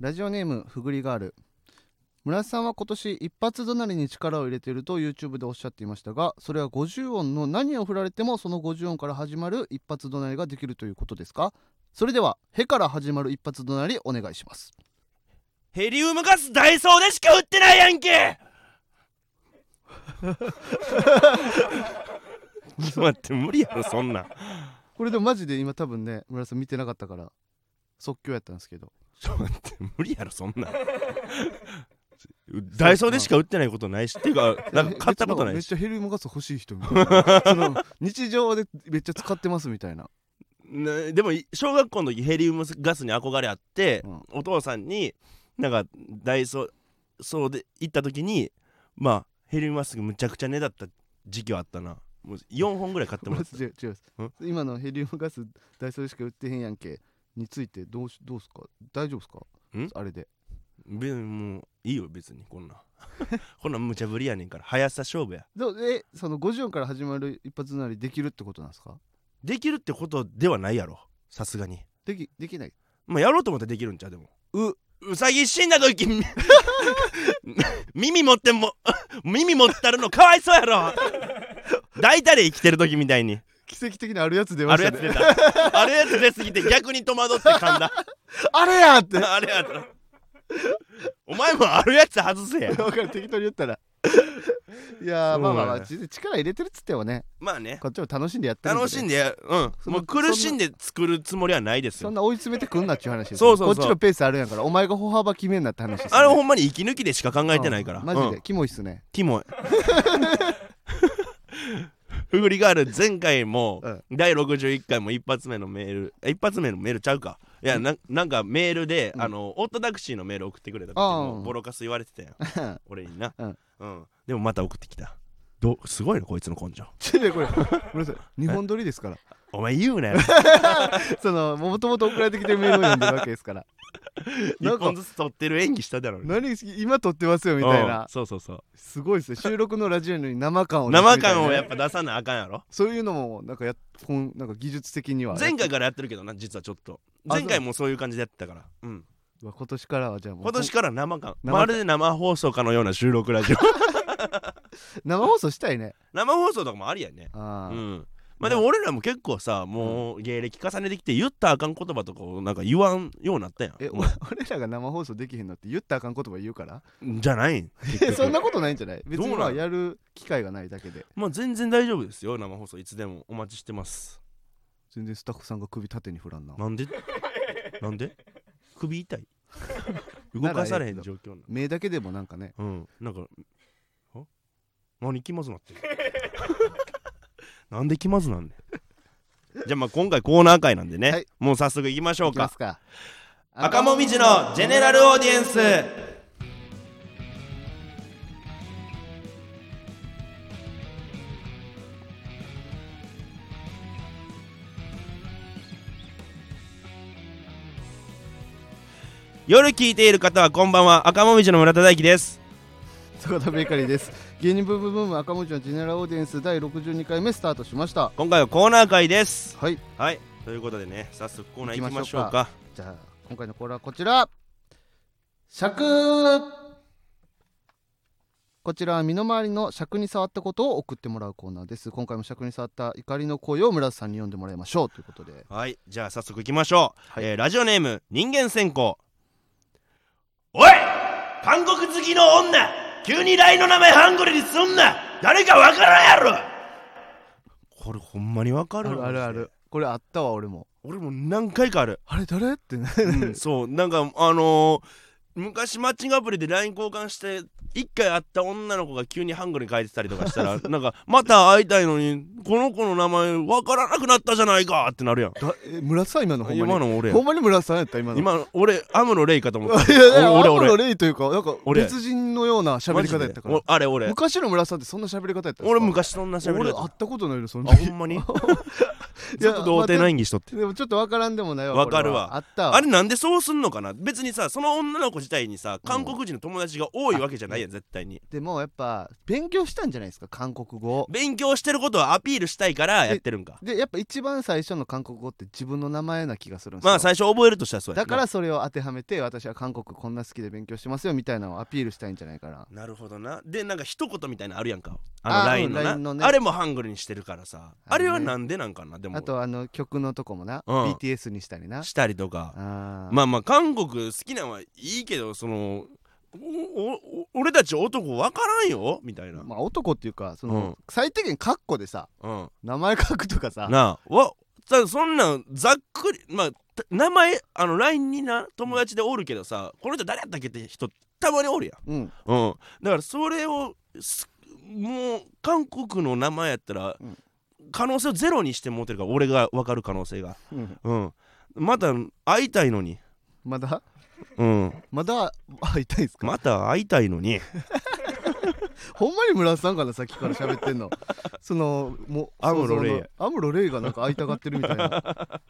ラジオネームふぐりガール村瀬さんは今年一発隣に力を入れていると YouTube でおっしゃっていましたがそれは50音の何を振られてもその50音から始まる一発隣ができるということですかそれでは「へ」から始まる一発隣お願いしますヘリウムガスダイソーでしか売ってないや んけちょっと待って無理やろそんなんこれでもマジで今多分ね村瀬さん見てなかったから即興やったんですけどちょっと待って無理やろそん なんダイソーでしか売ってないことないしっていうかなんか買ったことなめっいしちゃヘリウムガス欲しい人みたいなその日常でめっちゃ使ってますみたいななでも小学校の時ヘリウムガスに憧れあって、うんお父さんになんかダイソーそうで行った時にまあヘリウムガスがむちゃくちゃ値だった時期はあったなもう4本ぐらい買ってもら村って瀬た 違う違います今のヘリウムガスダイソーでしか売ってへんやんけについてどうしどうすか大丈夫ですんかあれで別にもういいよ別にこんなん こんなん無茶ぶりやねんから速さ勝負やどうえその50音から始まる一発なりできるってことなんですかできるってことではないやろさすがにできできないまあやろうと思ったらできるんちゃうでもううさぎ死んだ時 耳持っても 耳持ったるのかわいそうやろ 大体で生きてる時みたいに奇跡的にあるやつ出あまるしたやつね出たあるやつ出すぎて逆に戸惑って噛んだ あれやって あれやろお前もあるやつ外せや分かる適当に言ったら いやーそうまなあまんやあまあち力入れてるっつってはねまあねこっちも楽しんでやってる楽しんででうんそのもう苦しんで作るつもりはないですそよんな追い詰めてくんなっちゅう話ですそうそうそうこっちのペースあるやんからお前が歩幅決めんなって話です、ね、あれほんまに息抜きでしか考えてないから、うんマジ で、うんキモいっすねキモい ふぐりガール前回も、うん第61回も一発目のメールえ一発目のメールちゃうかいやななんかメールで、うんあのオートタクシーのメール送ってくれた時あーもボロカス言われてたやん俺になうん、うんでもまた送ってきたどうすごいのこいつの根性ちょっとこれごめんなさい日本撮りですからお前言う なよそのもともと送られてきてるメールを読んでるわけですから一なんか本ずつ撮ってる演技しただろうね何今撮ってますよみたいなうんそうそうそうすごいですね収録のラジオに生感を出すみた生いな感をやっぱ出さなあかんやろそういうのもなんかやこんなんか技術的には前回からやってるけどな実はちょっとあ前回もそういう感じでやってたから、うん、うわ今年からはじゃあもう今年から生感生感まるで生放送かのような収録ラジオ 生放送したいね生放送とかもありやねうああ、んまあでも俺らも結構さもう芸歴重ねてきて言ったらあかん言葉とかをなんか言わんようになったやんえおも俺らが生放送できへんのって言ったらあかん言葉言うからうじゃないんえそんなことないんじゃない別どにうなまのあやる機会がないだけでまあ全然大丈夫ですよ生放送いつでもお待ちして ます全然スタッフさんが首縦に振らんななんでなんで 首痛い動かされへん状況なの目だけでもなんかねうん、なんか、あ何気まずなってるなんで気まずなんねんじゃあまあ今回コーナー会なんでね、はいもう早速いきましょいうきまかすか赤もみじのジェネラルオーディエンス夜聞いている方はこんばんは赤もみじの村田大樹です坂田ベーカリーです芸人ブームブーム赤文字のジェネラルオーディエンス第62回目スタートしました今回はコーナー会ですはいはいということでね早速コーナー行きましょう行きましょうかかじゃあ今回のコーナーはこちら尺こちらは身の回りの尺に触ったことを送ってもらうコーナーです今回も尺に触った怒りの声を村瀬さんに読んでもらいましょうということではいじゃあ早速行きましょう、はいえーラジオネーム人間専攻おい韓国好きの女急にライの名前ハングリにすんな誰かわからんやろこれほんまにわかるわこれあったわ俺も俺も何回かある、あれ誰って ねうん、そうなんかあのー昔マッチングアプリで LINE 交換して一回会った女の子が急にハングルに書いてたりとかし たらなんかまた会いたいのにこの子の名前わからなくなったじゃないかってなるやんだえ村瀬さん今のほんまに今の俺やんほんまに村瀬さんやった今の今俺アムロレイかと思っ いたやいや俺アムロ俺レイというかなんか俺別人のような喋り方やったかマらジでおあれ俺昔の村瀬さんってそんな喋り方やったんですか俺昔そんな喋り俺方会あ ったことないよそのほんまにずっと童貞な演技しとってでもちょっとわからんでもないわわかるわこれはあったあれなんでそうすんのかな別にさその女の子自体にさ韓国人の友達が多いわけじゃないやん絶対にでもやっぱ勉強したんじゃないですか韓国語を勉強してることをアピールしたいからやってるんかでやっぱ一番最初の韓国語って自分の名前な気がするんですよ、まあ最初覚えるとしたらそうやだなからそれを当てはめて私は韓国こんな好きで勉強してますよみたいなのをアピールしたいんじゃないかななるほどなでなんか一言みたいなのあるやんかあのラインのあなうあ,、ん LINE のねれもハングルにしてるからさああるれねはなんでなんかなでもあとあの曲のとこもな、うん BTS にしたりなしたりとかあーまあまあ韓国好きなのはいいけどそのおおお俺たち男分からんよみたいな、まあ男っていうかその、うん最低限カッコでさうん、名前書くとかさなあわただそんなんざっくりまあた名前あの LINE にな友達でおるけどさこの人誰やったっけって人たまにおるやうんん、うん、だからそれをすもう韓国の名前やったら、うん可能性をゼロにして持ってるから俺が分かる可能性がうんうんまた会いたいのにまだうんまだ会いたいですか、また会いたいの にほんまに村田さんかなさっきから喋って んのそのもうアムロレイ想像のアムロレイがなんか会いたがってるみ たいなじゃあ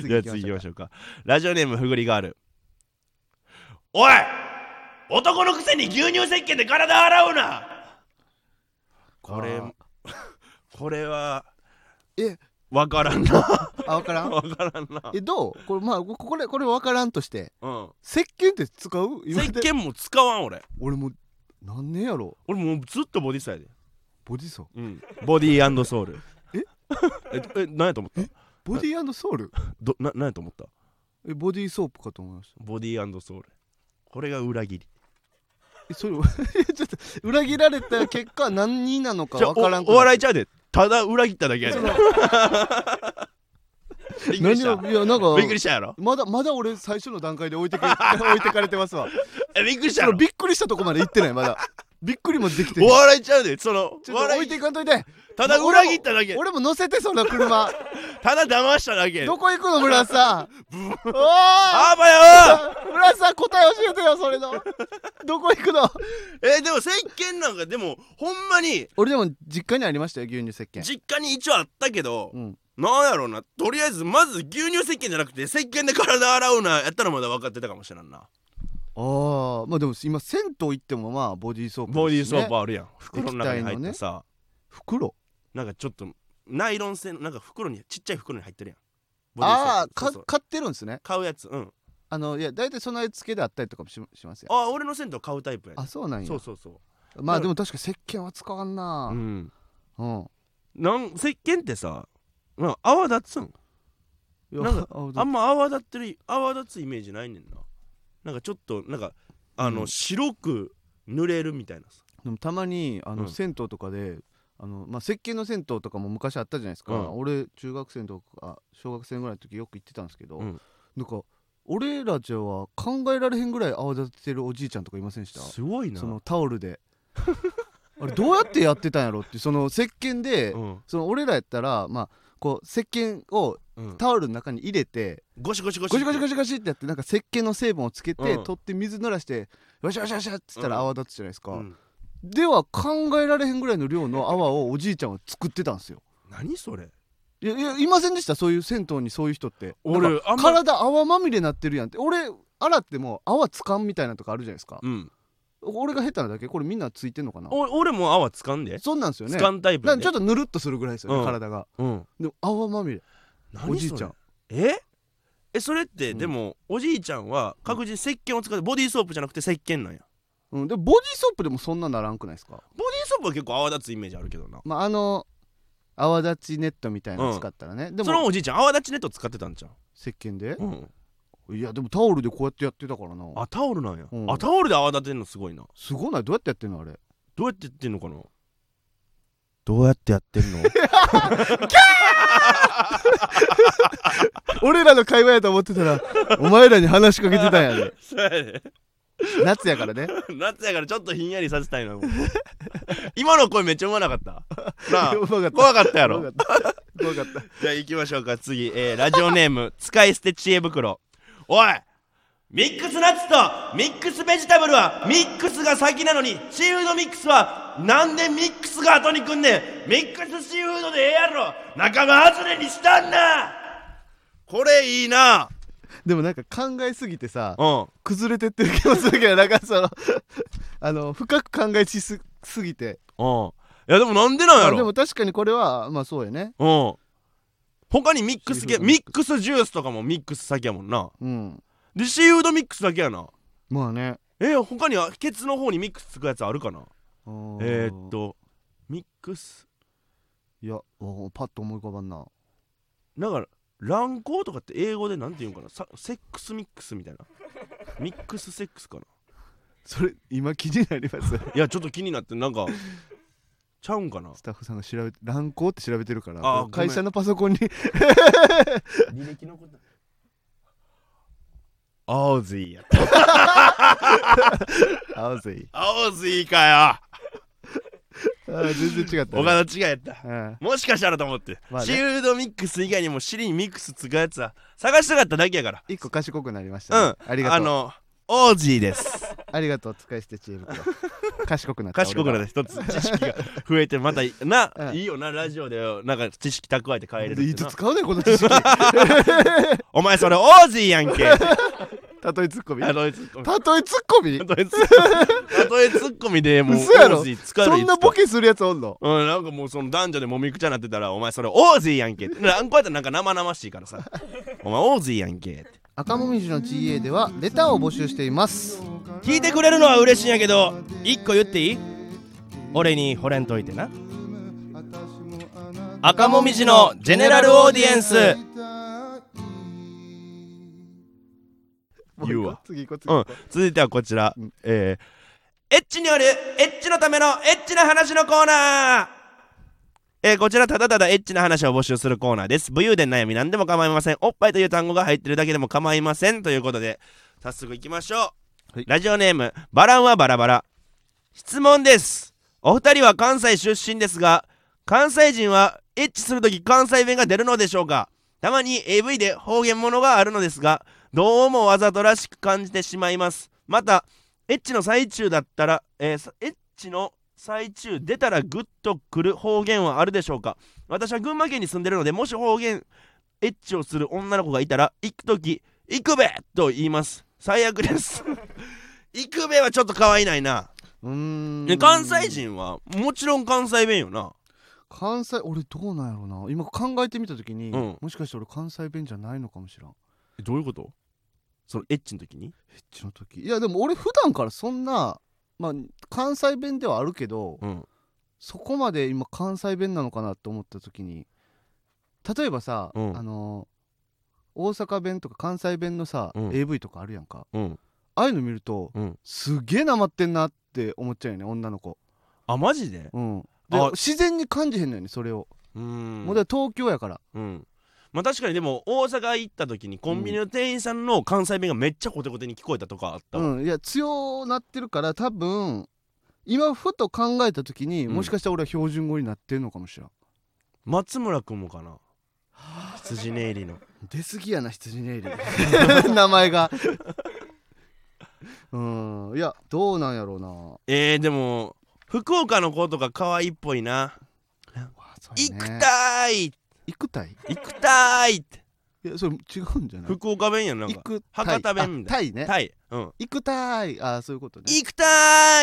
次行き行まきしょうかラジオネームふぐりガールおい男のくせに牛乳石鹸で体洗うなこれあー これはえわからんなましょうあ分からん わからんなえどうこれまあここれこれ分からんとしてうん石鹸って使う石今まで鹸も使わん俺俺もう何年やろ俺もうずっとボディスタイルで、ボディソーうん、ボディーソウルええ え何やと思ったボディーソウルどな何やと思ったえボディーソープかと思いましたボディーソウルこれが裏切りえそれ ちょっと裏切られた結果何なのかじゃあ分からんおお笑いちゃうでただ裏切っただけやでそ のびっくりし何たをいやなんかびっくりしたやろまだまだ俺最初の段階で置いてけ 置いてかれてますわえびっくりしそたののびっくりしたとこまで行ってないま だびっくりもできておない笑いちゃうでそのちょっと笑置いいていかんといてただ裏切っただけ俺も乗せてそんな車ただ騙しただけどこ行くの村瀬さん おーあばよ村瀬さん答え教えてよそれのどこ行くのーえでも石鹸なんかでもほんまに俺でも実家にありましたよ牛乳石鹸実家に一応あったけどうんなんやろうなとりあえずまず牛乳石鹸じゃなくて石鹸で体洗うなやったらまだ分かってたかもしれんなああまあでも今銭湯行ってもまあボディーソープですね、ボディーソープあるやん袋の中に液体入のっねてさ袋なんかちょっとナイロン製のなんか袋にちっちゃい袋に入ってるやんボディーソープああーそうかそう買ってるんですね買うやつうんあのいや大体備え付けであったりとかもししますよあ俺の銭湯買うタイプやねあそうなんやそうそうそまあでも確か石鹸は使わんうなうんうん、なん石鹸ってさなんか泡立つんいやなんか ああんま泡立ってる泡立つイメージないねんななんかちょっとなんかあの、うん白く濡れるみたいなさでもたまにあの、うん銭湯とかであの、まあ、石鹸の銭湯とかも昔あったじゃないですか、うん俺中学生とか小学生ぐらいの時よく行ってたんですけど、うんなんか俺らじゃは考えられへんぐらい泡立ててるおじいちゃんとかいませんでしたごいそのタオルであれどうやってやってたんやろってその石鹸で、うんその俺らやったらまあこう石鹸をうん、タオルの中に入れて、ゴシゴシゴシゴシゴシゴシゴシってやってなんか石鹸の成分をつけて、うん取って水濡らしてよしよしよしって言ったらうん泡立つじゃないですか、うんでは考えられへんぐらいの量の泡をおじいちゃんは作ってたんですよ何それいやいやいませんでしたそういう銭湯にそういう人って俺なんかあんま体泡まみれになってるやんって俺洗っても泡つかんみたいなとかあるじゃないですか、うん俺が下手なだけこれみんなついてんのかなお俺も泡掴んでそんなんですよね掴んタイプでなんかちょっとぬるっとするぐらいですよね、うん体がうん、でも泡まみれ何それおじいちゃんええそれって、うんでもおじいちゃんは確実に石鹸を使ってボディーソープじゃなくて石鹸なんやうん、でもボディーソープでもそんなならんくないですか、ボディーソープは結構泡立つイメージあるけどなまあ、あの泡立ちネットみたいなの使ったらね、でそのもおじいちゃん泡立ちネット使ってたんじゃん石鹸で、うんいやでもタオルでこうやってやってたからなあタオルなんや、うんあタオルで泡立てんのすごいなすごないどうやってやってんのあれどうやってやってんのかなどうやってやってんの俺らの会話やと思ってたらお前らに話しかけてたんやで そうやで夏やからね夏やからちょっとひんやりさせたいなもう今の声めっちゃうまなかったなあうまかった 怖かったやうまろかったうまか ったじゃあ行きましょうか次、えーラジオネーム使い捨て知恵袋おいミックスナッツとミックスベジタブルはミックスが先なのにシーフードミックスはなんでミックスが後に来んねんミックスシーフードでええやろ仲間外れにしたんなこれいいなでもなんか考えすぎてさうん崩れてってる気もするけどなんかその あの深く考えしすすぎてうんいやでもなんでなんやあでろも確かにこれはまあそうやねうん他にミックスシーフ系ードミミックスジュースとかもミックス先やもんなうんでシーフードミックスだけやなまあねえ他にはケツの方にミックスつくやつあるかなえー、っととミックスいやおパッと思い浮かばんななんか乱交とかって英語でなんて言うんかなさセックスミックスみたいなミックスセックスかなそれ今気になり ますいやちょっと気になってなんかちゃうんかなスタッフさんが調べて乱行って調べてるからあー会社のパソコンに 履歴のことアオズイや合わせいアオズイかあー全然違ったよね、他の違いやったうんもしかしたらと思って、まあねシールドミックス以外にも尻にミックスつくやつは探したかっただけやから一個賢くなりましうた、んねありがとうあのオージーですりがとう使い捨てチームと賢くなった賢くなったっ一つ 知識が増えてまたな、うんいいよなラジオでなんか知識蓄えて帰れるっていつな使うねんこの知 識お前それオージーや んけあたとえツッコミのつたとえツッコミたとえツッコミ たとえツッコミでもうオ嘘やろージー使えるそんないつかボケするやつおんのうん、なんかもうその男女でもみくちゃになってたらお前それオージーやんけってなんかやったらなんか生々しいから さお前オージーやんけって赤もみじの GA ではレターを募集しています聞いてくれるのは嬉しいんやけど一個言っていい俺に惚れんといてな赤もみじのジェネラルオーディエンス言うわもこ次行こう次う行んこう、続いてはこちら、んえーエッチによるエッチのためのエッチな話のコーナーえーこちらただただエッチな話を募集するコーナーです武勇伝悩み何でも構いませんおっぱいという単語が入ってるだけでも構いませんということで早速いきましょはう、いラジオネームバランはバラバラ質問ですお二人は関西出身ですが関西人はエッチするとき関西弁が出るのでしょうかたまに AV で方言ものがあるのですがどうもわざとらしく感じてしまいますまたエッチの最中だったら、えーさエッチの最中出たらグッとくる方言はあるでしょうか私は群馬県に住んでるのでもし方言エッチをする女の子がいたら行く時行くべと言います最悪です 行くべはちょっと可愛いないなうーねん関西人はもちろん関西弁よな関西俺どうなんやろな今考えてみた時に、うんもしかして俺関西弁じゃないのかもしらんどういうことそのエッチの時にエッチの時いやでも俺普段からそんなまあ関西弁ではあるけど、うんそこまで今関西弁なのかなって思った時に例えばさ、うんあの大阪弁とか関西弁のさ、うん AV とかあるやんかうんああいうの見ると、うんすげえなまってんなって思っちゃうよね女の子あマジでうんであ自然に感じへんのよねそれを、うんもうだから東京やからうんまあ確かにでも大阪行った時にコンビニの店員さんの関西弁がめっちゃコテコテに聞こえたとかあったわ、うんいや強なってるから多分今ふと考えた時に、うんもしかしたら俺は標準語になってんのかもしれん松村君もかな羊ネイリの出過ぎやな羊ネイ リ名前が うんいやどうなんやろうなえー、でも福岡の子とか可愛いっぽいな、行くたいーい行くたい行くたーいっていやそれ違うんじゃない福岡弁やんなん行かく博多弁みみたたいねタイうん行くたいあーそういうことね行くた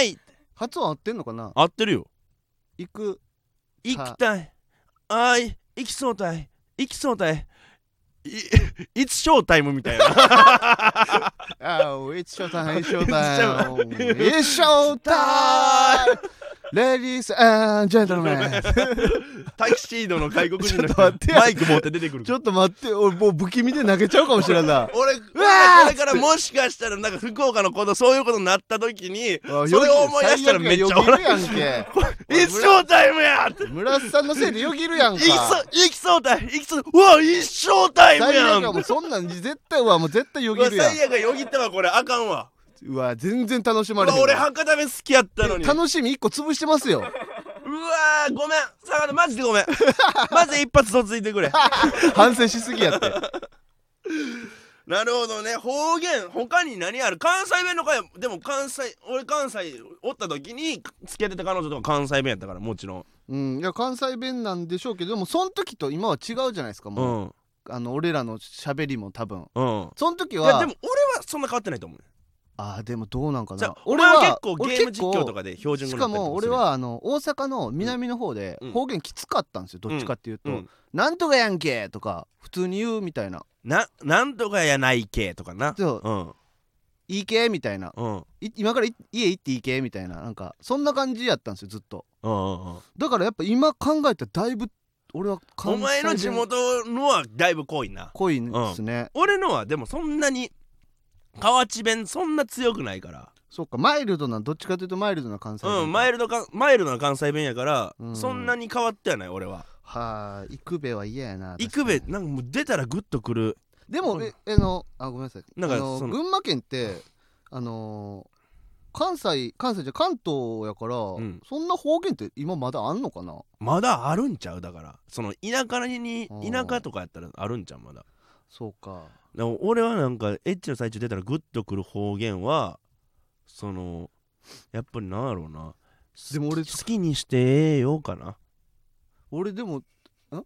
ーい発音合ってんのかな合ってるよ行く行きたい。あい、行きそうたい。行きそうたい。い、いつショータイムみたいな。 あーおいちょたいしょ 一たいしょたいレディースアンジェントルメ ンタキシードの外国人のちょっ人と待ってやマイク持って出てくるち。ょっと待って俺もう不気味で投げちゃうかもしれんなわ俺、ーこれからもしかしたらなんか福岡のことそういうことになった時に、あそれを思い出したらめっちゃよぎるやんけいつショータイムやって。村瀬さんのせいでよぎるやん行かきそう、行きそうたい。行きそう。うわ、いつショータイム最やん悪やもうそんなん絶対うわもう絶対ようぎわるやん最悪がよぎったわ、これ。あかんわ。うわ全然楽しうまれわへん俺、博多弁好きやったのに。楽しみ一個潰してますようわーごめん下がるマジで ごめんマジで一発とついてくれ反省しすぎやってなるほどね方言他に何ある関西弁の会でも関西俺関西おった時に付き合ってた彼女とか関西弁やったからもちろんうんいや関西弁なんでしょうけどでもその時と今は違うじゃないですかうもう、んうんあの俺らの喋りも多分いその時やはでも俺はそんな変わってないと思うあーでもどうなんかじゃなあ俺は結構ゲーム実況とかかで標準し語かになったりもす俺るはあの大阪の南の方でうん方言きつかったんですよどっちかっていうとう「んなんとかやんけ!」とか普通に言うみたいなななんとかやないけとかなそううん「いいけ!」みたいなうんうんい今からい家行っていいけみたいななんかそんな感じやったんですよずっとうんうんだからやっぱ今考えたらだいぶ俺は関西お弁前の地元のはだいぶ濃いな濃いんですね、俺のはでもそんなに河内弁そんな強くないからそっかマイルドなどっちかというとマイルドな関西弁かうんマイルドかマイルドな関西弁やから、うんそんなに変わってはない俺ははあ幾部は嫌やな幾確部かになんかもう出たらグッとくるでもえあのあごめんなさいなんかあのその群馬県ってあのー関西関西じゃ関東やから、んそんな方言って今まだあんのかなまだあるんちゃうだからその田舎にうん田舎とかやったらあるんちゃうまだそうかでも俺はなんかエッチの最中出たらグッとくる方言はそのやっぱりなんやろうなでも俺好きにしてええよかな俺でも好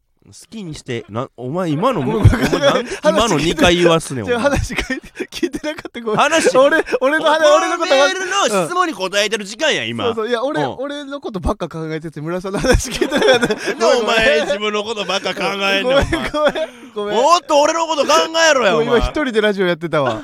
き にしてなお前今のごめんおごめん前なんで今の話聞いて2回言わすねんおじゃ前あ話聞いて聞いてなかったごめん話俺俺の話俺のことばっメールの質問に答えてる時間や今そうそういや俺うん俺のことばっか考えてて村さんの話聞いてなかったなんでお前自分のことばっか考えんごねんめおんごめんごめんごめん前もっと俺のこと考えろよおもう今前一人でラジオやってた わ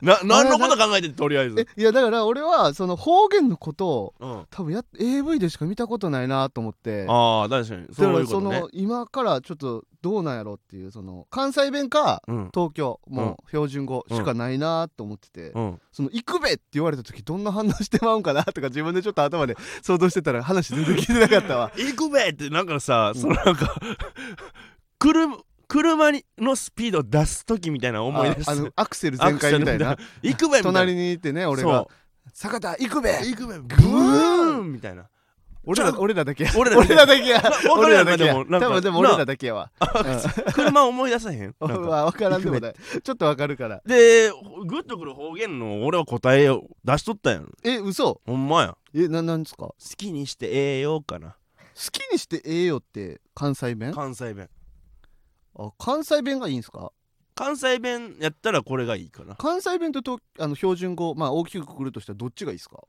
な何のこと考えてんとりあええずいやだから俺はその方言のことをうん多分やっ AV でしか見たことないなと思ってああ確かにそういうことだからねその今からちょっとどうなんやろっていうその関西弁かうん東京もう標準語しかないなと思ってて、うんその「行くべ!」って言われた時どんな反応してまうんかなとか自分でちょっと頭で想像してたら話全然聞いてなかったわ行くべってなんかさうんそのなんか車車にのスピード出す時みたいな思いあ出あすのアクセル全開みたいなアク行くべみたい隣なにいてね俺がそう「坂田行くべ!行くべブーーンみたいな俺ちら」ょ俺らだけや俺らだけ 俺らだ けやな俺らだけや多わからんなでもなんか分でも俺らだけや わ車思い出さへんうんなんかわ分からんでもないちょっと分かるからでグッとくる方言の俺は答えを出しとったやんえ嘘ほんまや好えななんですか好きにしてええよかなきにしてええよって関西弁関西弁あ関西弁がいいんですか関西弁やったらこれがいいかな関西弁ととあの標準語まあ大きくくるとしたらどっちがいいですか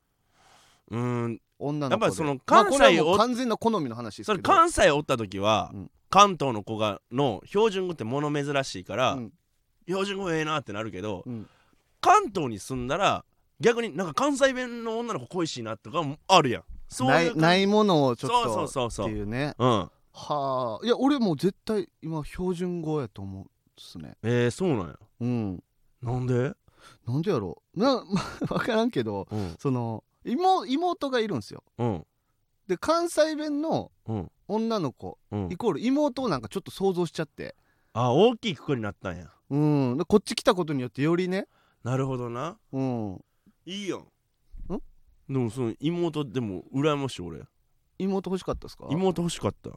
うーん女の子でやっぱそのまあ関これは西もうを完全な好みの話ですそけれど関西おった時はうん関東の子がの標準語ってもの珍しいからうん標準語ええなってなるけどうん関東に住んだら逆になんか関西弁の女の子恋しいなとかもあるやんそうないいうないいものをちょっとそうそうそうそうっていうねうんはあいや俺もう絶対今標準語やと思うっすねえー、そうなんやうんなんでなんでやろうな、 まあ、分からんけどうんその妹妹がいるんですようんで関西弁のうん女の子うんイコール妹をなんかちょっと想像しちゃってあ大きいくくりになったんやうんでこっち来たことによってよりねなるほどなうんいいやんんでもその妹でも羨ましい俺妹欲しかったですか妹欲しかった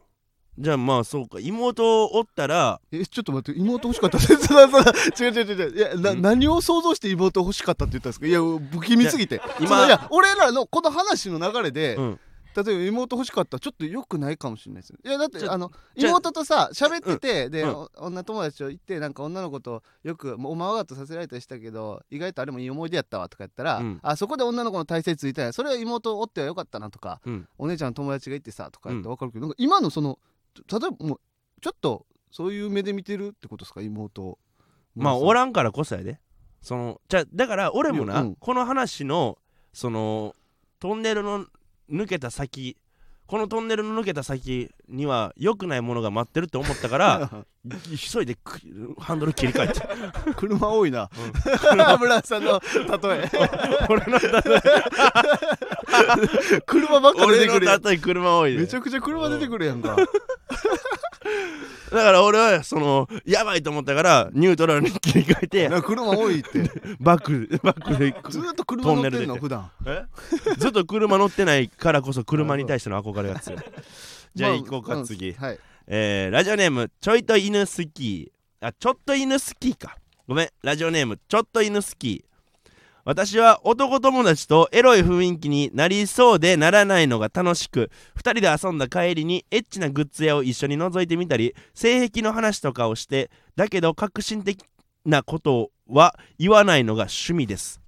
じゃあまあそうか妹おったらえちょっと待って妹欲しかったって そらそら違う違う違う違ういやなうん何を想像して妹欲しかったって言ったんですかいや不気味すぎて今そのいや俺らのこの話の流れで、うん例えば妹欲しかったらちょっと良くないかもしれないですねいやだっちてょあのちょ妹とさ喋ってて、で、うんお女友達と行ってなんか女の子とよくもうおまわがとさせられたりしたけど意外とあれもいい思い出やったわとか言ったら、うんあそこで女の子の体勢ついたんやそれは妹おってはよかったなとか、うんお姉ちゃんの友達がいてさとかやって分かるけど、なんか今のその例えばもうちょっとそういう目で見てるってことですか妹をまあ村おらんからこそやでそのじゃあだから俺もな、うんこの話のそのトンネルの抜けた先このトンネルの抜けた先には良くないものが待ってるって思ったから 急いでくハンドル切り替えて さん 車多いな、 村さんの例俺の え車ばっか出て俺くるやのん例え車多いでめちゃくちゃ車出てくるやんかだから俺はそのやばいと思ったからニュートラルに切り替えてなんか車多い ってバックバックでずーっと車乗ってトンネルん出のて普段えずっと車乗ってないからこそ車に対しての憧れが強いじゃあ行こうかまあん次はいえーラジオネームちょいと犬好きあちょっと犬好きかごめんラジオネームちょっと犬好き私は男友達とエロい雰囲気になりそうでならないのが楽しく2人で遊んだ帰りにエッチなグッズ屋を一緒に覗いてみたり性癖の話とかをしてだけど革新的なことは言わないのが趣味です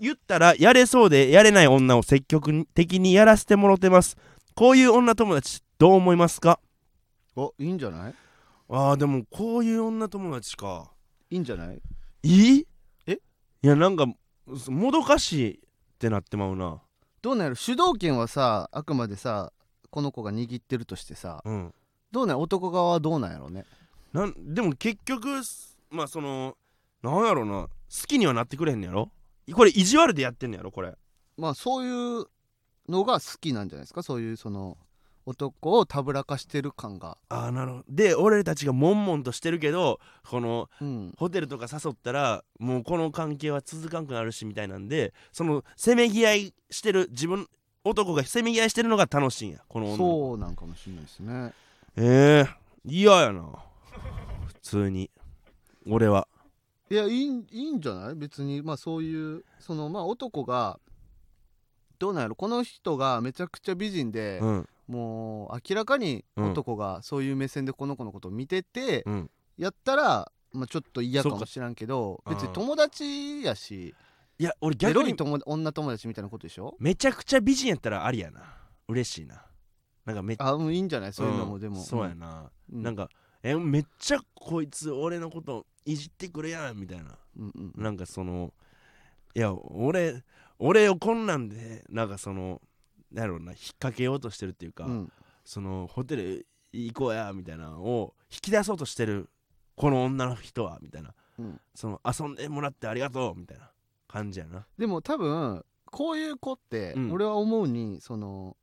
言ったらやれそうでやれない女を積極的にやらせてもろてますこういう女友達どう思いますかおいいんじゃないあーでもこういう女友達かいいんじゃないいいえいやなんかそもどかしいってなってまうなどうなる主導権はさあくまでさこの子が握ってるとしてさうんどうなん男側はどうなんやろうねなんでも結局すまあそのなんやろな好きにはなってくれへんのやろこれ意地悪でやってんのやろこれまあそういうのが好きなんじゃないですかそういうその男をたぶらかしてる感が、ああなるほどで俺たちが悶々としてるけどこのうん、ホテルとか誘ったらもうこの関係は続かんくなるしみたいなんでそのせめぎ合いしてる自分男がせめぎ合いしてるのが楽しいんやこの女の子そうなんかもしれないですねええ嫌やな普通に俺はいやいいんいいんじゃない別にまあそういうそのまあ男がどうなんやろこの人がめちゃくちゃ美人で、うんもう明らかに男がそういう目線でこの子のことを見てて、うんやったら、まあ、ちょっと嫌かそうもかしらんけどあー別に友達やしいや俺エ逆ロいに友達女友達みたいなことでしょめちゃくちゃ美人やったらありやな嬉しいななんかめっあうんいいんじゃないそういうのもんでも、そうやな、うんなんかえめっちゃこいつ俺のこといじってくるやんみたいなうんうんなんかそのいや俺俺をこんなんでなんかそのなんやろうな引っ掛けようとしてるっていうか、うんそのホテル行こうやみたいなのを引き出そうとしてるこの女の人はみたいな、うんその遊んでもらってありがとうみたいな感じやなでも多分こういう子ってうん俺は思うに、その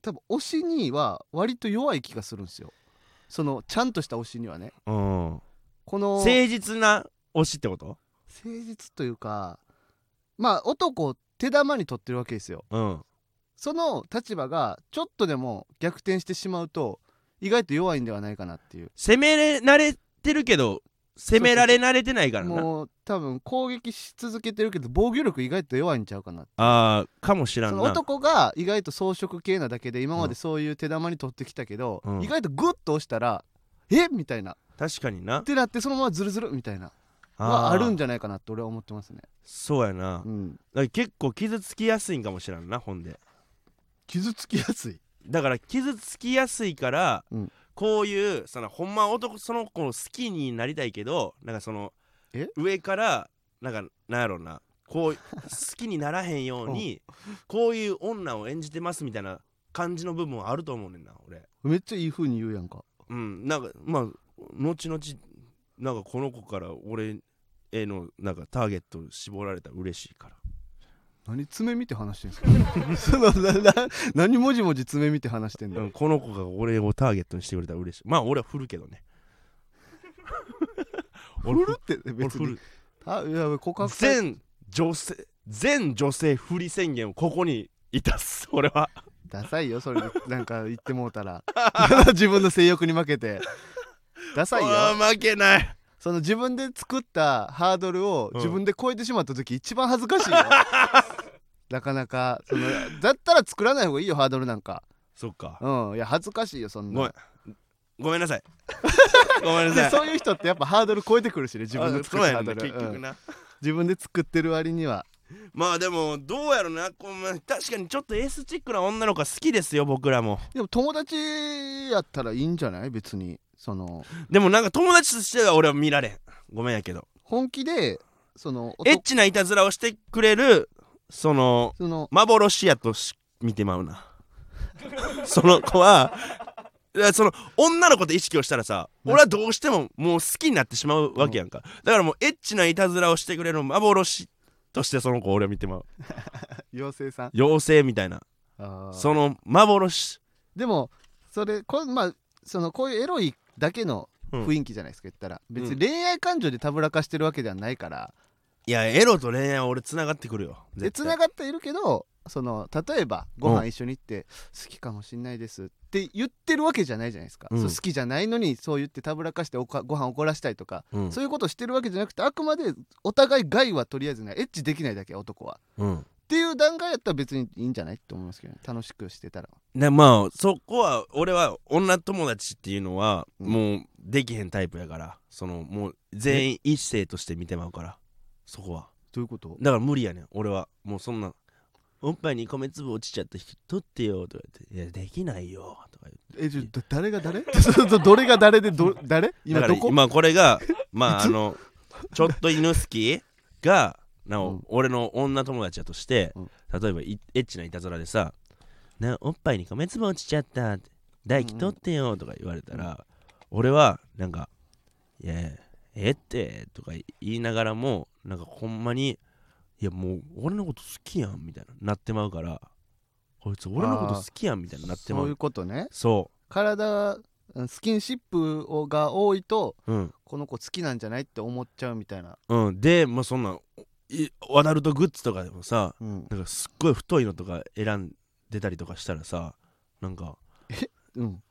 多分推しには割と弱い気がするんですよそのちゃんとした推しにはねうんこの誠誠実な推しってこと実というかまあ男を手玉に取ってるわけですようんその立場がちょっとでも逆転してしまうと意外と弱いんではないかなっていう攻めれ慣れてるけど攻められ慣れてないからなもう多分攻撃し続けてるけど防御力意外と弱いんちゃうかなあーかもしらそんのな男が意外と装飾系なだけで今までそういう手玉に取ってきたけど、うん意外とグッと押したら「えみたいなっ確かになてなってそのままズルズルみたいなはあるんじゃないかなって俺は思ってますね、そうやな、うん、だから結構傷つきやすいんかもしらんなほんで傷つきやすいだから傷つきやすいから、うんこういうそのほんま男その子を好きになりたいけどなんかそのえ上からなんかなんやろうなこう好きにならへんよ うにこういう女を演じてますみたいな感じの部分はあると思うねんな俺めっちゃいい風に言うやんかうんなんかまあ後々なんかこの子から俺へのなんかターゲット絞られたら嬉しいから何爪見て話してんす かそのなな何もじもじ爪見て話してんだうよ、ん、この子が俺をターゲットにしてくれたら嬉しいまあ俺は振るけ どね俺振るって俺別振にるあいや告白され全女性全女性振り宣言をここにいたす 俺はダサいよそれでなんか言ってもうたら 自分の性欲に負けてダサいよあー負けないその自分で作ったハードルをうん自分で超えてしまった時一番恥ずか しいよ、なかなかそのだったら作らない方がいいよハードルなんかそっかうんいや恥ずかしいよそんごめんなごめんな さいごめんなさでいそういう人ってやっぱハードル超えてくるしね自分あでそ作っうたやハんードなル、結局うんな、自分で作ってる割にはまあでもどうやろなこうまあ確かにちょっとエースチックな女の子は好きですよ僕らもでも友達やったらいいんじゃない別にそのでもなんか友達としては俺は見られんごめんやけど本気でそのエッ男チないたずらをしてくれるそのその幻やとし見てまうな その子はいやその女の子って意識をしたらさ俺はどうしてももう好きになってしまうわけやんか、だからもうエッチないたずらをしてくれる幻としてその子を俺は見てまう妖精さん妖精みたいなあーその幻でもそれこれまあそのこういうエロいだけのうん雰囲気じゃないですか、言ったら別に恋愛感情でたぶらかしてるわけではないから、いやエロと恋愛は俺つながってくるよで絶つな対がっているけどその例えばご飯一緒に行って好きかもしんないですって言ってるわけじゃないじゃないですか、うんそう好きじゃないのにそう言ってたぶらかしておかご飯怒らしたりとか、うんそういうことしてるわけじゃなくてあくまでお互い害はとりあえずないエッチできないだけ男はうんっていう段階やったら別にいいんじゃないって思いますけど、ね、楽しくしてたらでまあそこは俺は女友達っていうのはうんもうできへんタイプやからそのもう全員一性として見てまうからそこはどういうことだから無理やねん俺はもうそんなおっぱいに米粒落ちちゃった人取ってよとか言って「いやできないよ」とか言ってえちょだ誰が誰 そうそうどれが誰でど誰だ今からどこ今これがまああのちょっと犬好きがなお、うん俺の女友達だとして、うん例えばいエッチないたずらでさ「なおっぱいに米粒落ちちゃった」って「唾液取ってよ」とか言われたら、俺はなんか「いやええって」とか言いながらもなんかほんまに「いやもう俺のこと好きやん」みたいななってまうから「こいつ俺のこと好きやん」みたいななってまそうういうことねそ体うんスキンシップをが多いとううんこの子好きなんじゃないって思っちゃうみたいな、うん、でまあそんなんいアダルトグッズとかでもさうんなんかすっごい太いのとか選んでたりとかしたらさなんかうん、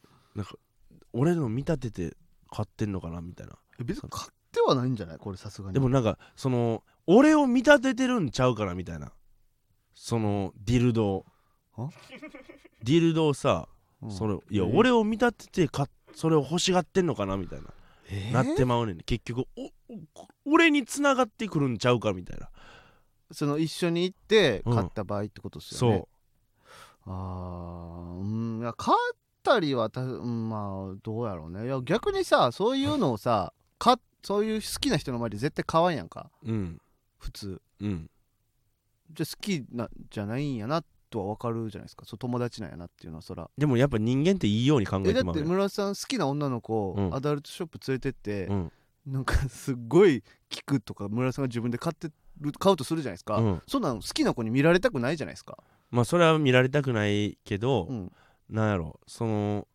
俺の見立てて買ってんのかなみたいなえ別に買ってはないんじゃないこれさすがにでもなんかその俺を見立ててるんちゃうかなみたいなそのディルドをはディルドをさ、うんそれいやえ俺を見立ててかそれを欲しがってんのかなみたいな、えーなってまうねん結局おお俺に繋がってくるんちゃうかみたいな、その一緒に行ってうん買った場合ってことですよね、そうあーうんいや買ったりはた、うん、まあどうやろうねいや逆にさそういうのをさかそういう好きな人の前で絶対買わんやんかうん普通うんじゃあ好きなじゃないんやなとは分かるじゃないですかそう友達なんやなっていうのはそらでもやっぱ人間っていいように考えだえてっまうてねん村田さん好きな女の子をうんアダルトショップ連れてって、うんなんかすっごい聞くとか村田さんが自分で買ってる買うとするじゃないですか、うん、そんなの好きな子に見られたくないじゃないですか、まあそれは見られたくないけど、うん、なんやろその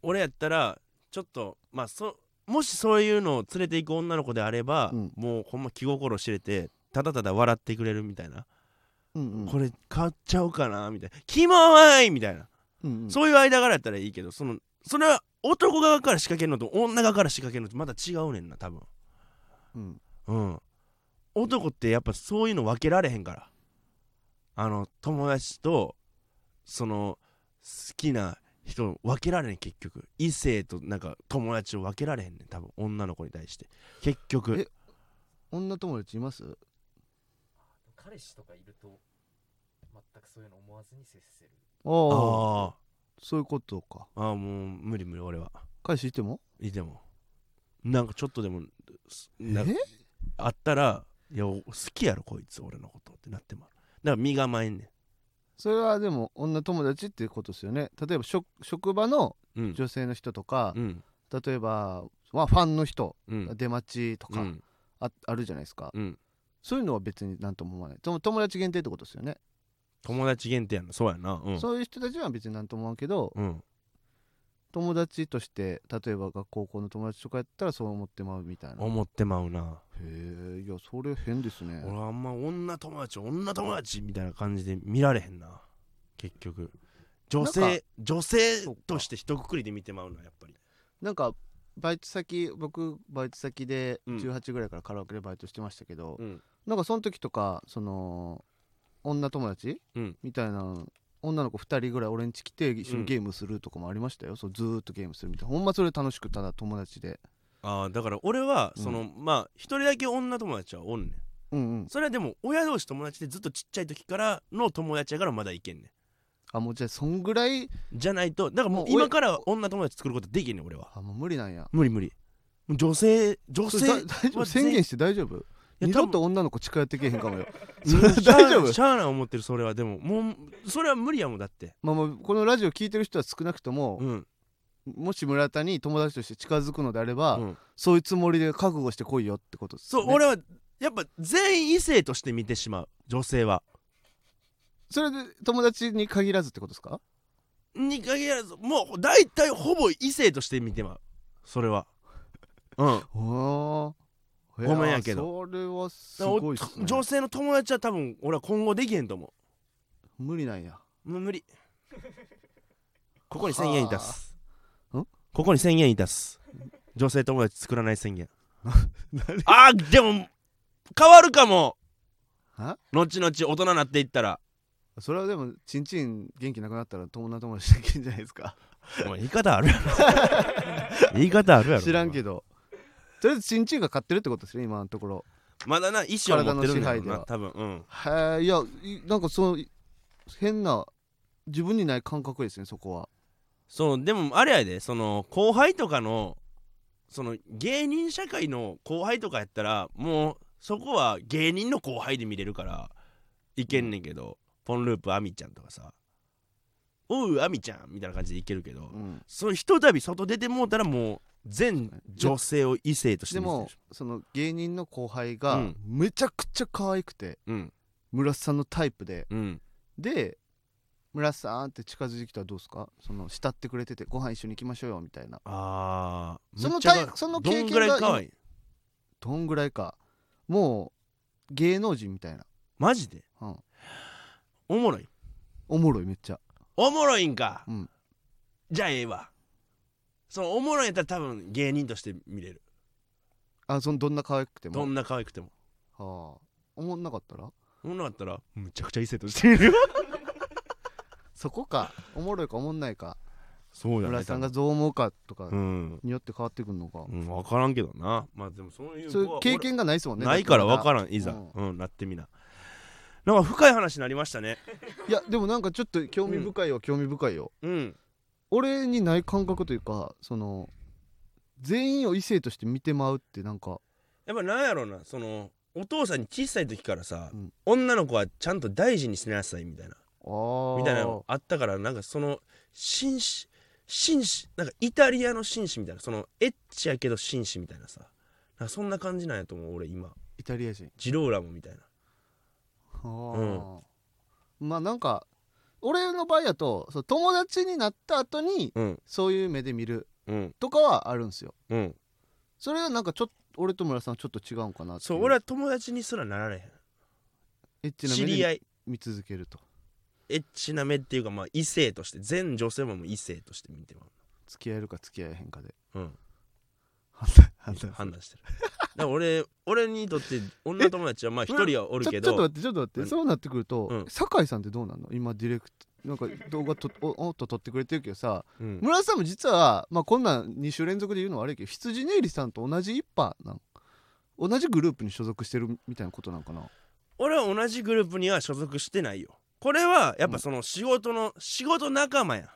俺やったらちょっとまあそもしそういうのを連れていく女の子であれば、うんもうほんま気心知れてただただ笑ってくれるみたいな、うんうんこれ買っちゃおうかなみたいな「キモーい!」みたいな、うんうんそういう間柄やったらいいけどそのそれは男側から仕掛けるのと女側から仕掛けるのとまた違うねんな多分うんうん男ってやっぱそういうの分けられへんからあの友達とその好きな人分けられへん結局異性となんか友達を分けられへんねん多分女の子に対して結え局女友達います彼氏とかいると全くそういうの思わずに接するあああーそういうことかあーもう無理無理俺は彼氏いてもいてもなんかちょっとでもすなんかえあったらいやお好きやろこいつ俺のことってなってまうだから身構えんねそれはでも女友達っていうことですよね例えば職職場のんうん女性の人とか、うん例えば、まあ、ファンの人、うん出待ちとうか、んああるじゃないですか、うんそういうのは別に何とも思わないとも友達限定ってことですよね、友達限定やなそうやなうんそういう人たちは別に何とも思わんけど、うん友達として例えば学校校の友達とかやったらそう思ってまうみたいなへ思ってまうな、えいやそれ変ですね俺あんま女友達女友達みたいな感じで見られへんな結局女なん性女性そっかとして一括りで見てまうなやっぱりなんかバイト先僕バイト先でうん18ぐらいからカラオケでバイトしてましたけど、うんなんかその時とかその女友達、うんみたいな女の子2人ぐらい俺ん家来て一緒うにんゲームするとかもありましたよ、そうずーっとゲームするみたいなほんまそれ楽しくただ友達であーだから俺はうんその、まあ一人だけ女友達はおんねんうんうんそれはでも親同士友達でずっとちっちゃい時からの友達やからまだいけんねあもうじゃあそんぐらいんじゃないとだからもうもう親今から女友達作ることできんねん俺はあもう無理なんや無理無理もう女性女そ性れだ大丈夫は宣言して大丈夫いや二多度分と女の子近寄ってけへんか もよそうんれ大丈しゃあ夫しゃあない思ってるそれはでももうそれは無理やもんだってまあまあこのラジオ聞いてる人は少なくともう、んもし村田に友達として近づくのであれば、うんそういうつもりで覚悟してこいよってことです、ね、そう、俺はやっぱ全員異性として見てしまう女性はそれで友達に限らずってことですかに限らずもう大体ほぼ異性として見てまうそれは うんおごごめんやけどそれはすごいっす、ね、女性の友達は多分俺は今後できへんと思無理なんやもう無理 ここに1000円いたすはあんここに1000円いた す女性友達作らない 宣言あーでも変わるかもあ後々大人になっていったらそれはでもちんちん元気なくなったら友達友達できんじゃないですかお前言い方あ るやろ言い方あるやろ知らんけどとりあえずちんちんが買ってるってことですね今のところまだな意思を持ってる体んだろの支配うでなは多分うんへえいやいなんかそのい変な自分にない感覚ですねそこはそうでもあれやでその後輩とかのその芸人社会の後輩とかやったらもうそこは芸人の後輩で見れるからいけんねんけど、ポンループあみちゃんとかさ「おうあみちゃん」みたいな感じでいけるけど、うんそのひとたび外出てもうたらもう全女性を異性としでて見せてもるしその芸人の後輩がうんめちゃくちゃ可愛くてうん村瀬さんのタイプでうんで村瀬さんって近づいてきたらどうですかその慕ってくれててご飯一緒に行きましょうよみたいなあーそのむっちゃタイかその経験どんぐらいがかわいいどんぐらいかもう芸能人みたいな、マジでうん、おもろいおもろいめっちゃおもろいんか、うんじゃあええわそのおもろいんやったら多分芸人として見れるあそのどんな可愛くてもどんな可愛くてもはあ思んなかったらおもろかったらむちゃくちゃ異性として見れるよそこ かおもろいかおもんないかそう村井さんがどう思うかとかうん、によって変わってくるのか、うん、分からんけどなまあでもそういうそういう子は経験がないですもんね俺ないからだ分ってかまだらんいざううん、なってみななんか深い話になりましたねいやでもなんかちょっと興味深いよ、興味深いようん俺にない感覚というかその全員を異性として見てまうってなんかやっぱなんやろうなそのお父さんに小さい時からさ、うん女の子はちゃんと大事にしなさいみたいなあーみたいなのあったからなんかその紳士紳士なんかイタリアの紳士みたいなそのエッチやけど紳士みたいなさなんかそんな感じなんやと思う俺今イタリア人ジローラモみたいなあー、まあなんか俺の場合だとそう友達になった後にうんそういう目で見るうんとかはあるんですようんそれはなんかちょっと俺と村さんはちょっと違うんかなっていそう俺は友達にすらなられへエッチんな知目り合でい見続けるとエッチな目っていうかまあ異性として全女性も異性として見てま付き合えるか付き合えへんかでううん判断判断判断してるだから俺俺にとって女友達はまあ一人はおるちょけちょっとど待ってちょっと待っうんてそうなってくると、うん酒井さんってどうなんの今ディレクトなんか動画とおおっと撮ってくれてるけどさうん村田さんも実は、まあ、こんなん2週連続で言うのは悪いけど羊ネイリさんと同じ一派なん同じグループに所属してるみたいなことなんかな俺は同じグループには所属してないよこれはやっぱその仕事の、仕事仲間や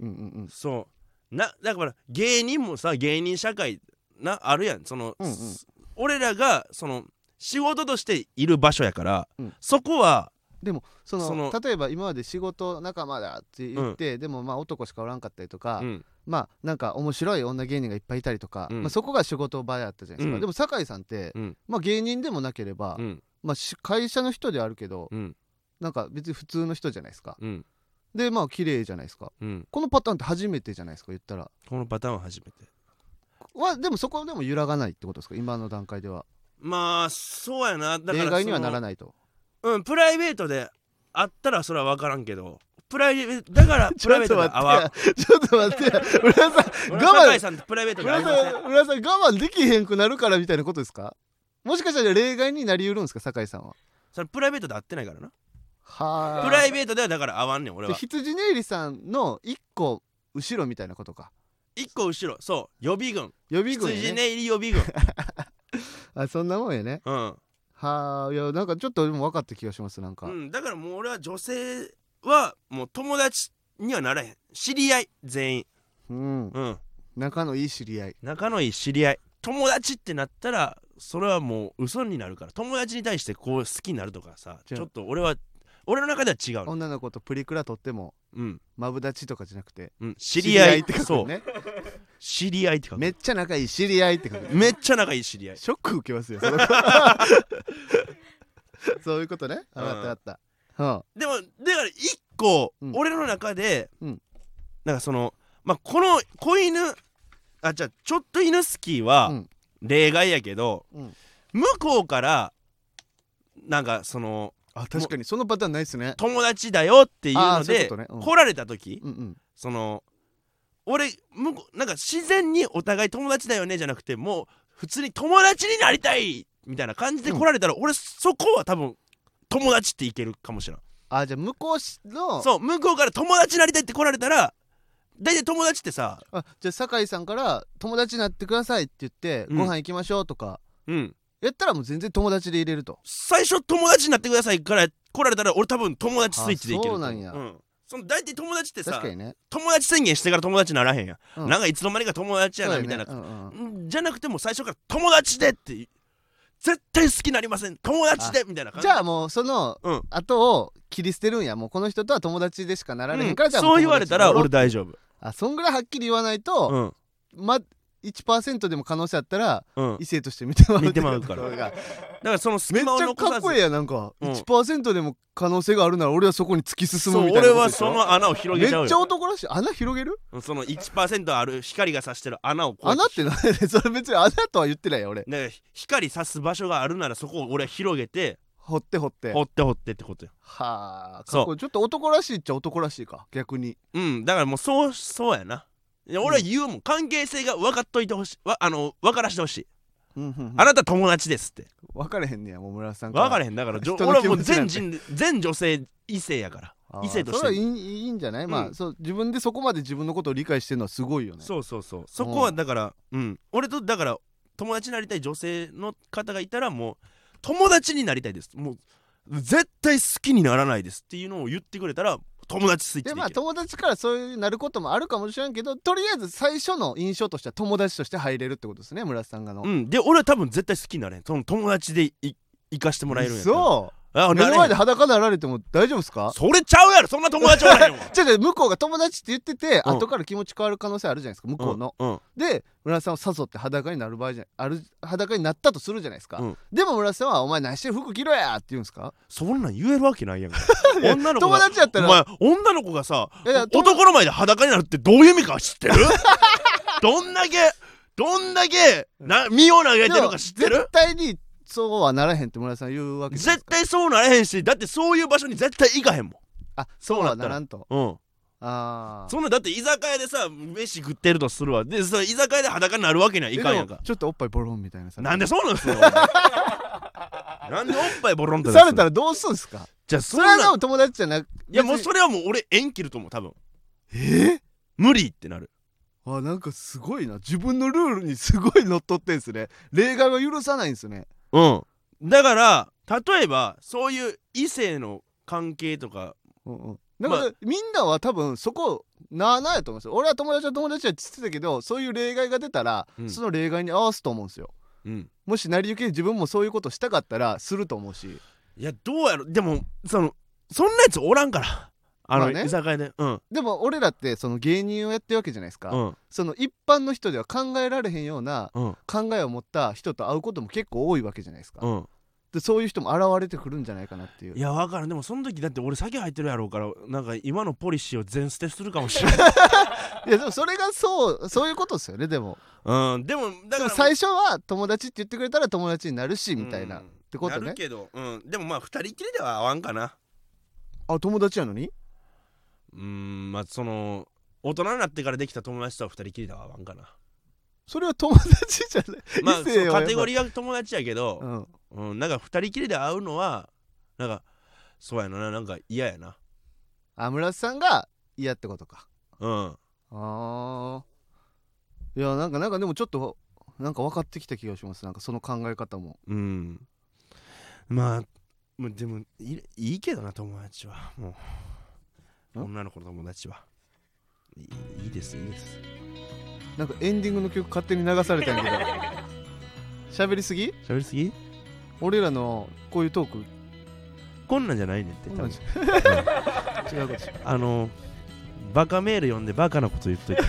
うんうんうんそうなだから芸人もさ芸人社会なあるやんその、うんうんす俺らがその仕事としている場所やから、うんそこはでもそのその例えば今まで仕事仲間だって言って、でもまあ男しかおらんかったりとか、うんまあなんか面白い女芸人がいっぱいいたりとか、うんまあ、そこが仕事場やったじゃないですか、うんでも酒井さんって、うんまあ、芸人でもなければ、うんまあ、し会社の人ではあるけど、うんなんか別に普通の人じゃないですかうんでまあ綺麗じゃないですかうんこのパターンって初めてじゃないですか言ったらこのパターンは初めてはでもそこはでも揺らがないってことですか今の段階ではまあそうやなだから例外にはならいないとうんプライベートであったらそれは分からんけどプライベートだか らプライベートで合わんてちょっと待って 村田さん俺は酒我井さんとプライベー慢トで合村いません田さん村田さん我慢できへんくなるからみたいなことですかもしかしたら例外になりうるんですか酒井さんはそれプライベートで会ってないからなはあプライベートではだから合わんねん俺では羊ネイリさんの一個後ろみたいなことか一個後ろそう予備軍予備軍や羊ねネイリ予備 軍あそんなもんやねうんはあいやなんかちょっとでも分かった気がしますなんか、うん、だからもう俺は女性はもう友達にはならへん知り合い全員うん、うん仲のいい知り合い仲のいい知り合い友達ってなったらそれはもう嘘になるから友達に対してこう好きになるとかさじちゃあょっと俺は俺の中では違うの女の子とプリクラ撮ってもうん、マブダチとかじゃなくてうん、知り合いってそ書うくね知り合いって書くめっちゃ仲いい知り合いって書くめっちゃ仲いい知り合いショック受けますよそ のそういうことね分かった分かった、はでもだから一個、うん俺の中で、うんなんかそのまあこの子犬あじゃあちょっと犬スキーうはん例外やけど、うん向こうからなんかそのあ確かにそのパターンないっすね友達だよっていうあーのそういうでことねうん来られた時うんうんその俺向こうなんか自然にお互い友達だよねじゃなくてもう普通に友達になりたいみたいな感じで来られたら、俺そこは多分友達っていけるかもしれないあーじゃあ向こうのそう向こうから友達になりたいって来られたら大体友達ってさあじゃあ酒井さんから「友達になってください」って言って「うんご飯行きましょう」とか、うんやったらもう全然友達で入れると最初友達になってくださいから来られたら俺多分友達スイッチでいけると思あそうなんやうん、その大体友達って確さかにね友達宣言してから友達にならへんや、うんなんかいつの間にか友達やなみたいな、そうだよねうんうんうんじゃなくてもう最初から友達でって絶対好きになりません友達でみたいな感じゃあもうそのうん後を切り捨てるんやもうこの人とは友達でしかなられへんから、うんじゃあそう言われたら俺だ大丈夫あそんぐらいはっきり言わないと、うんま1%でも可能性あったらうん異性として見てもらう見てもらう からところがだからそのめ隙っち間をゃ残かっさずこいいやなんか、うん1%でも可能性があるなら俺はそこに突き進むそうみたいな俺ことはでしょその穴を広めげっちゃうちゃよ男らしい穴広げるその1%ある光が差してる穴をこう穴って何やねん それ別に穴とは言ってないよ俺だから光差す場所があるならそこを俺は広げて掘って掘って掘って掘ってってことよはあかっこいいちょっと男らしいっちゃ男らしいか逆にうんだからもうそうそうやないや俺は言うもん、関係性が分かっといてほしいわあの分からしてほしい、ああなた友達ですって分かれへんねやもう村さん分かられへんだからじょ人俺のは気も持うちなん全て人全女性異性やから異性としてそれはいいいいんじゃない、まうあんそう自分でそこまで自分のことを理解してるのはすごいよねそうそうそうそこはだからうん、俺とだから友達になりたい女性の方がいたらもう友達になりたいですもう絶対好きにならないですっていうのを言ってくれたら友達スイッチででいまあける友達からそういうなることもあるかもしれんけどとりあえず最初の印象としては友達として入れるってことですね村瀬さんがの、うんで俺は多分絶対好きになれへんその友達でい行かしてもらえるんやったらそうあ目なのれ前へでん裸なられても大丈夫ですかそれちゃうやろそんな友達おらへんわちょっと向こうが友達って言ってて、うん後から気持ち変わる可能性あるじゃないですか向こうの、うんうんで村瀬さんを誘って裸になる場合じゃある裸になったとするじゃないですか、うんでも村瀬さんは「お前何して服着ろや!」って言うんですかそんなん言えるわけないやんかいや 女の子友が達やったおら前女の子がさいやいや友達男の前で裸になるってどういう意味か知っ てるどんだけどんだけな身を投げてるか知ってでもる絶対にそうはならへんって村田さん言うわけじゃない絶ですか対そうなれへんしだってそういう場所に絶対行かへんもあそそううなはったらならんとんうんああそんなだって居酒屋でさ飯食ってるとするわでその居酒屋で裸になるわけにはいかんやんかちょっとおっぱいボロンみたいなさなんでそうなん すよなんでおっぱいボロンって出すさのれたらどうすんすかじゃあそそんれはでなも友達じゃなくいやもう別にそれはもう俺縁切ると思う多分え無理ってなるー、あなんかすごいな自分のルールにすごい乗っ取ってんすね例外は許さないんすねうんだから例えばそういう異性の関係とかうんうんだから、まみんなは多分そこなあなあやと思うんですよ俺は友達は友達やって言ってたけどそういう例外が出たら、うんその例外に合わすと思うんですようんもし成り行きで自分もそういうことしたかったらすると思うしいやどうやろでもそのそんなやつおらんからあの、まあね居酒屋でうんでも俺らってその芸人をやってるわけじゃないですか、うんその一般の人では考えられへんようなうん考えを持った人と会うことも結構多いわけじゃないですか、うんでそういう人も現れてくるんじゃないかなっていういやわからんでもその時だって俺酒入ってるやろうからなんか今のポリシーを全捨てするかもしれ ないいやでもそれがそうそういうことですよねでもうんでもだでかもら最初は友達って言ってくれたら友達になるしみたいな、うんてことねなるけどうんでもまあ二人きりでは合わんかなあ友達やのにうんまあその大人になってからできた友達とは二人きりでは合わん かなそれは友達じゃない まあ異性はやっぱカテゴリーが友達やけど、うんうん、なんか二人きりで会うのはなんかそうやななんか嫌やなあ村瀬さんが嫌ってことかうんあーいやなんかなんかでもちょっとなんか分かってきた気がしますなんかその考え方もうんまあもうでもいいいいけどな友達はもうん女の子の友達はいいいですいいですなんかエンディングの曲勝手に流されたんや けど喋りすぎ喋りすぎ俺らのこういうトークこんなんじゃないねんってこん多なん分じ違うことあのバカメール読んでバカなこと言っといて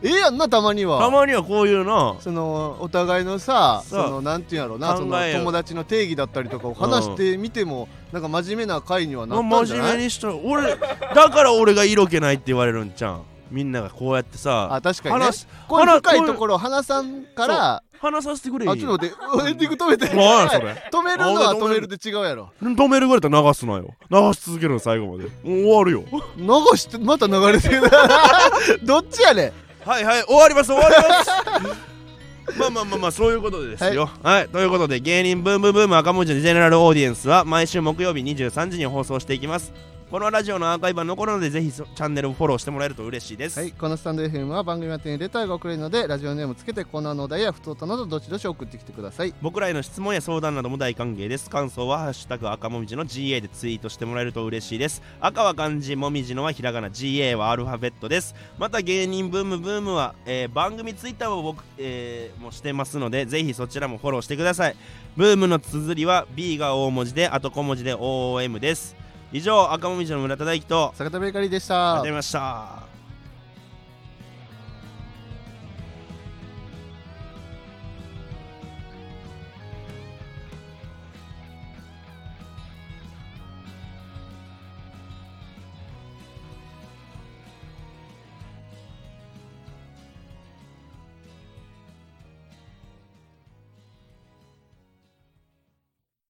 ええやんなたまには たまにはこういうのそのお互いのさそそうのなんていうんやろうな考そのえを友達の定義だったりとかを話してみても、なんか真面目な回にはなったんじ真ゃない面目にしと俺だから俺が色気ないって言われるんちゃうんみんながこうやってさあ確かにね話これあら深いこれところ花さんから話させてくれあよちょっと待ってエンディング止めて何やそれ止めるのは止めるで違うやろ止めるぐらいだったら流すなよ流し続けるの最後までもう終わるよ流してまた流れてる どっちやねんはいはい終わります終わります まあまあまあまあそういうことですよはい、ということで芸人ブームブーム赤文字のジェネラルオーディエンスは毎週木曜日23時に放送していきますこのラジオのアーカイブは残るのでぜひそチャンネルをフォローしてもらえると嬉しいです、はい、このスタンド FM は番組宛てにレターが送れるのでラジオネームつけてコーナーのお題や不登たなどどしどし送ってきてください僕らへの質問や相談なども大歓迎です感想は「ハッシュタグ赤もみじの GA」でツイートしてもらえると嬉しいです赤は漢字もみじのはひらがな GA はアルファベットですまた芸人ブームブームは、えー番組ツイッターを僕、えーもしてますのでぜひそちらもフォローしてくださいブームの綴りは B が大文字であと小文字で OOM です以上赤もみじの村田大樹と坂田ベーカリーでしありがとうたございました